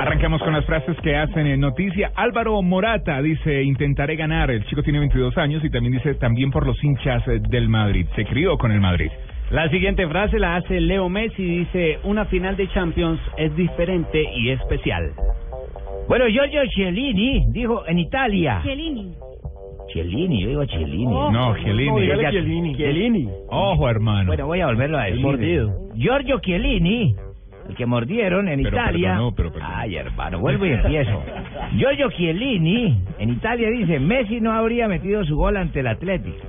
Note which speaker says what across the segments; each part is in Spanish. Speaker 1: Arrancamos con las frases que hacen en noticia. Álvaro Morata dice, intentaré ganar. El chico tiene 22 años y también dice, también por los hinchas eh, del Madrid. Se crió con el Madrid.
Speaker 2: La siguiente frase la hace Leo Messi, dice, una final de Champions es diferente y especial. Bueno, Giorgio Chiellini dijo en Italia.
Speaker 3: Chiellini.
Speaker 2: Chiellini, yo digo Chiellini.
Speaker 1: No, Chiellini.
Speaker 2: Oiga, Chiellini.
Speaker 1: Ojo, hermano.
Speaker 2: Bueno, voy a volverlo a decir.
Speaker 1: mordido.
Speaker 2: Giorgio Chiellini, el que mordieron en
Speaker 1: Pero
Speaker 2: Italia.
Speaker 1: perdonó, pero perdonó.
Speaker 2: Ay, hermano, vuelvo y empiezo. Giorgio Chiellini, en Italia, dice, Messi no habría metido su gol ante el Atlético.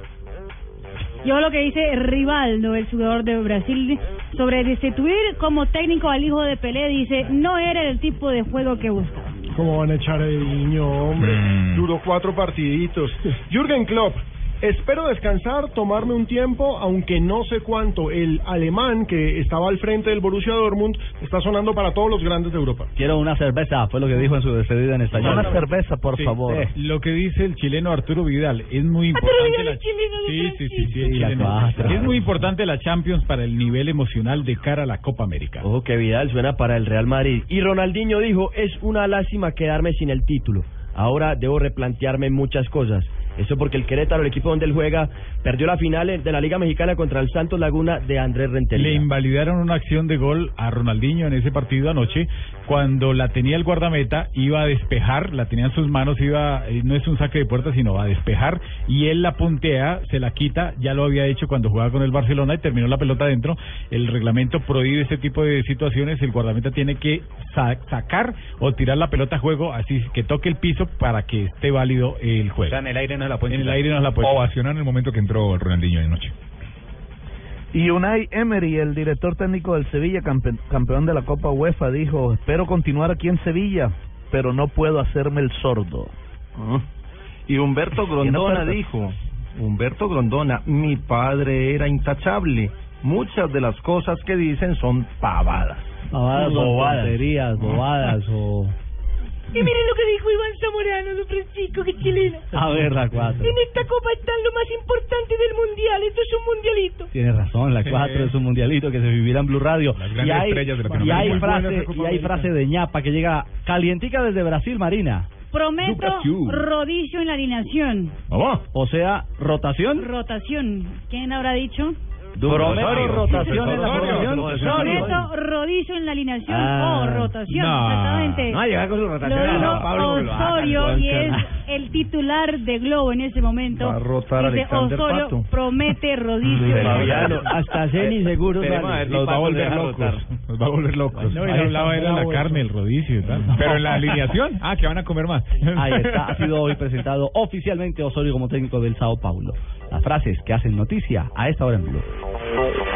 Speaker 3: Yo lo que dice Rivaldo, el jugador de Brasil, sobre destituir como técnico al hijo de Pelé, dice, no era el tipo de juego que buscaba.
Speaker 4: ¿Cómo van a echar a niño, hombre?
Speaker 1: Mm.
Speaker 4: Duró cuatro partiditos. Jürgen Klopp, espero descansar, tomarme un tiempo, aunque no sé cuánto. El alemán que estaba al frente del Borussia Dortmund está sonando para todos los grandes de Europa.
Speaker 2: Quiero una cerveza, fue lo que dijo en su despedida en español. Una cerveza, por favor.
Speaker 1: eh, Lo que dice el chileno Arturo Vidal es muy
Speaker 3: Arturo
Speaker 1: importante.
Speaker 3: Vidal
Speaker 1: la-
Speaker 3: es chileno,
Speaker 1: Sí,
Speaker 3: no
Speaker 1: sí,
Speaker 3: es
Speaker 1: sí, sí, es
Speaker 2: Sí, la
Speaker 1: chileno.
Speaker 2: cuatro.
Speaker 1: Es muy importante la Champions para el nivel emocional de cara a la Copa América.
Speaker 2: Ojo que Vidal suena para el Real Madrid. Y Ronaldinho dijo, es una lástima quedarme sin el título. Ahora debo replantearme muchas cosas. Eso porque el Querétaro, el equipo donde él juega, perdió la final de la Liga Mexicana contra el Santos Laguna de Andrés
Speaker 1: Le
Speaker 2: Rentería.
Speaker 1: invalidaron una acción de gol a Ronaldinho en ese partido anoche, cuando la tenía el guardameta, iba a despejar, la tenía en sus manos, iba, eh, no es un saque de puerta, sino a despejar, y él la puntea, se la quita, ya lo había hecho cuando jugaba con el Barcelona y terminó la pelota adentro. El reglamento prohíbe este tipo de situaciones, el guardameta tiene que sa- sacar o tirar la pelota a juego, así que toque el piso para que esté válido el juego. en el aire no la pueden. En el aire no la pueden.
Speaker 5: en el momento que entró Ronaldinho de noche.
Speaker 2: Y Unai Emery, el director técnico del Sevilla, campe- campeón de la Copa UEFA, dijo, espero continuar aquí en Sevilla, pero no puedo hacerme el sordo.
Speaker 5: Ah. Y Humberto Grondona
Speaker 2: Tiene
Speaker 5: dijo, Humberto Grondona, mi padre era intachable. Muchas de las cosas que dicen son pavadas.
Speaker 2: Bobadas,
Speaker 5: bobadas.
Speaker 2: bobadas, bobadas o...
Speaker 3: Y miren lo que dijo Iván Zamorano sobre el chico que es chileno.
Speaker 2: A ver, la cuatro.
Speaker 3: En esta copa están lo más importante del mundial, esto es un mundialito.
Speaker 2: Tienes razón, la 4 es un mundialito que se vivirá en Blue Radio.
Speaker 5: Las
Speaker 2: Y
Speaker 5: grandes
Speaker 2: hay,
Speaker 5: estrellas de la
Speaker 2: y hay
Speaker 5: Muy buena esa
Speaker 2: frase,
Speaker 5: Copa
Speaker 2: y hay
Speaker 5: América.
Speaker 2: frase de ñapa que llega calientica desde Brasil, Marina.
Speaker 3: Prometo rodillo en la alineación.
Speaker 2: O sea, rotación.
Speaker 3: Rotación. ¿Quién habrá dicho?
Speaker 2: Prometo rotación en la
Speaker 5: Osorio.
Speaker 2: formación.
Speaker 3: Prometo rodillo en la alineación
Speaker 2: Ah,
Speaker 3: o rotación.
Speaker 1: no,
Speaker 3: Exactamente.
Speaker 2: No, llega con su rotación.
Speaker 3: Lo
Speaker 2: No,
Speaker 3: dijo
Speaker 2: Pablo, que lo haga,
Speaker 3: Osorio
Speaker 2: igual
Speaker 3: y
Speaker 2: que-
Speaker 3: es el titular de Globo en ese momento.
Speaker 5: Va a rotar
Speaker 3: Dice
Speaker 5: Alexander
Speaker 3: Osorio
Speaker 5: Pato.
Speaker 3: promete rodillo.
Speaker 2: Sí, Fabiano, hasta Ceni seguro
Speaker 5: Esperemos Eh, a
Speaker 2: sale.
Speaker 5: ver si
Speaker 2: Los va a
Speaker 5: Pato
Speaker 2: volver
Speaker 5: deja
Speaker 2: locos.
Speaker 5: rotar.
Speaker 1: Nos va a volver locos.
Speaker 2: No,
Speaker 1: No,
Speaker 2: y
Speaker 1: él
Speaker 2: hablaba
Speaker 1: hablaba era la carne, el rodicio y tal. Pero en la alineación, ah, que van a comer más.
Speaker 2: Ahí está, ha sido hoy presentado oficialmente Osorio como técnico del Sao Paulo. Las frases que hacen noticia a esta hora en Blue.